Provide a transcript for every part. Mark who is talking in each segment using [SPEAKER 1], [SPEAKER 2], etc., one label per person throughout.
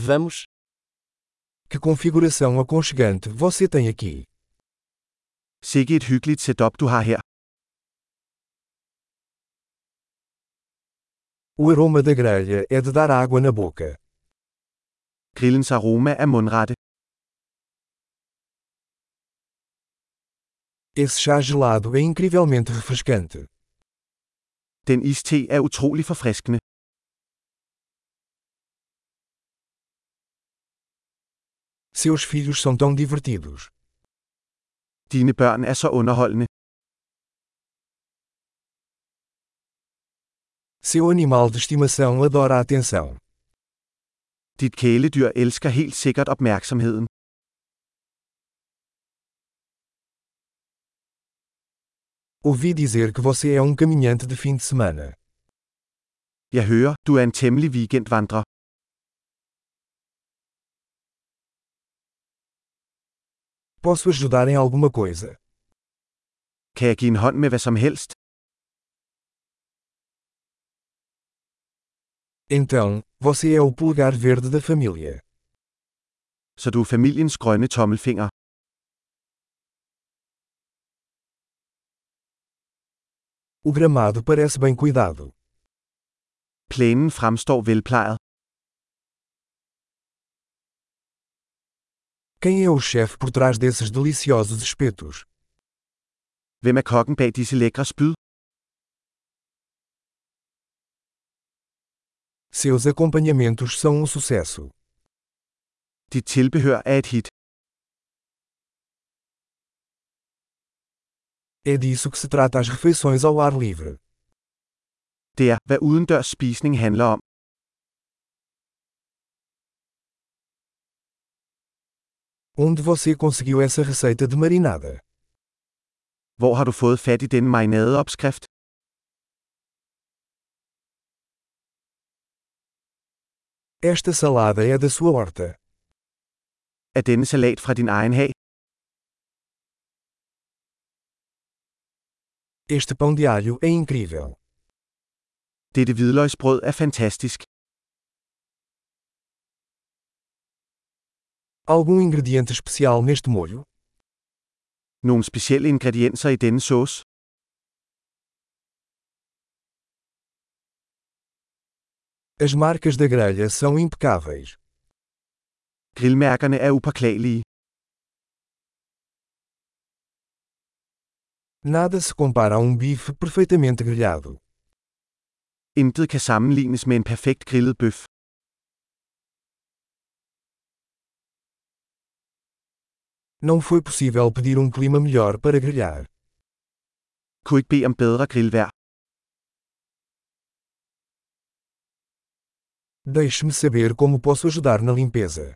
[SPEAKER 1] Vamos.
[SPEAKER 2] Que configuração aconchegante você tem aqui.
[SPEAKER 3] Sikke et hyggeligt setup du har her.
[SPEAKER 2] O aroma da grelha é de dar água na boca.
[SPEAKER 3] Grillens aroma er mundrette.
[SPEAKER 2] Esse chá gelado é incrivelmente refrescante.
[SPEAKER 3] Den iste er utrolig forfriskende.
[SPEAKER 2] Seus filhos são tão divertidos.
[SPEAKER 3] Dine børn er så underholdende.
[SPEAKER 2] Seu animal de estimação adora a atenção.
[SPEAKER 3] Dit kæledyr elsker helt sikkert opmærksomheden.
[SPEAKER 2] Ouvi dizer que você é um caminhante de fim de semana.
[SPEAKER 3] Jeg hører, du er en temmelig weekendvandrer.
[SPEAKER 2] Posso ajudar em alguma coisa?
[SPEAKER 3] Kan jeg give en hånd med hvad som helst?
[SPEAKER 2] Então, você é o pulgar verde da família.
[SPEAKER 3] Så du er familiens grønne tommelfinger.
[SPEAKER 2] O gramado parece bem cuidado.
[SPEAKER 3] Plænen fremstår velplejet.
[SPEAKER 2] Quem é o chefe por trás desses deliciosos espetos?
[SPEAKER 3] Hvem er kokken bag disse lækre spyd?
[SPEAKER 2] Seus acompanhamentos são um sucesso.
[SPEAKER 3] Dit tilbehør er et hit.
[SPEAKER 2] É disso que se trata as refeições ao ar livre.
[SPEAKER 3] Det er, hvad udendørs spisning handler om.
[SPEAKER 2] Onde você conseguiu essa receita de marinada?
[SPEAKER 3] Hvor har du fået fat i denne marinadeopskrift?
[SPEAKER 2] Esta salada é da sua horta.
[SPEAKER 3] Er denne salat fra din egen hag?
[SPEAKER 2] Este pão de alho é incrível.
[SPEAKER 3] Dette hvidløgsbrød er fantastisk.
[SPEAKER 2] Algum ingrediente especial neste molho?
[SPEAKER 3] Nogle specielle ingredienser i denne sauce?
[SPEAKER 2] As marcas da grelha são impecáveis.
[SPEAKER 3] Grillmærkerne er upåklagelige.
[SPEAKER 2] Nada se compara a um bife perfeitamente grelhado.
[SPEAKER 3] Intet kan sammenlignes med en perfekt grillet bøf.
[SPEAKER 2] Não foi possível pedir um clima melhor para grelhar.
[SPEAKER 3] Kunne ikke bede om bedre grillvejr.
[SPEAKER 2] Deixe-me saber como posso ajudar na limpeza.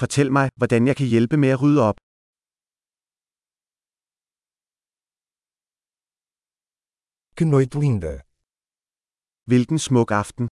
[SPEAKER 3] Fortæl mig, hvordan jeg kan hjælpe med at rydde op.
[SPEAKER 2] Que noite linda!
[SPEAKER 3] Hvilken smuk aften.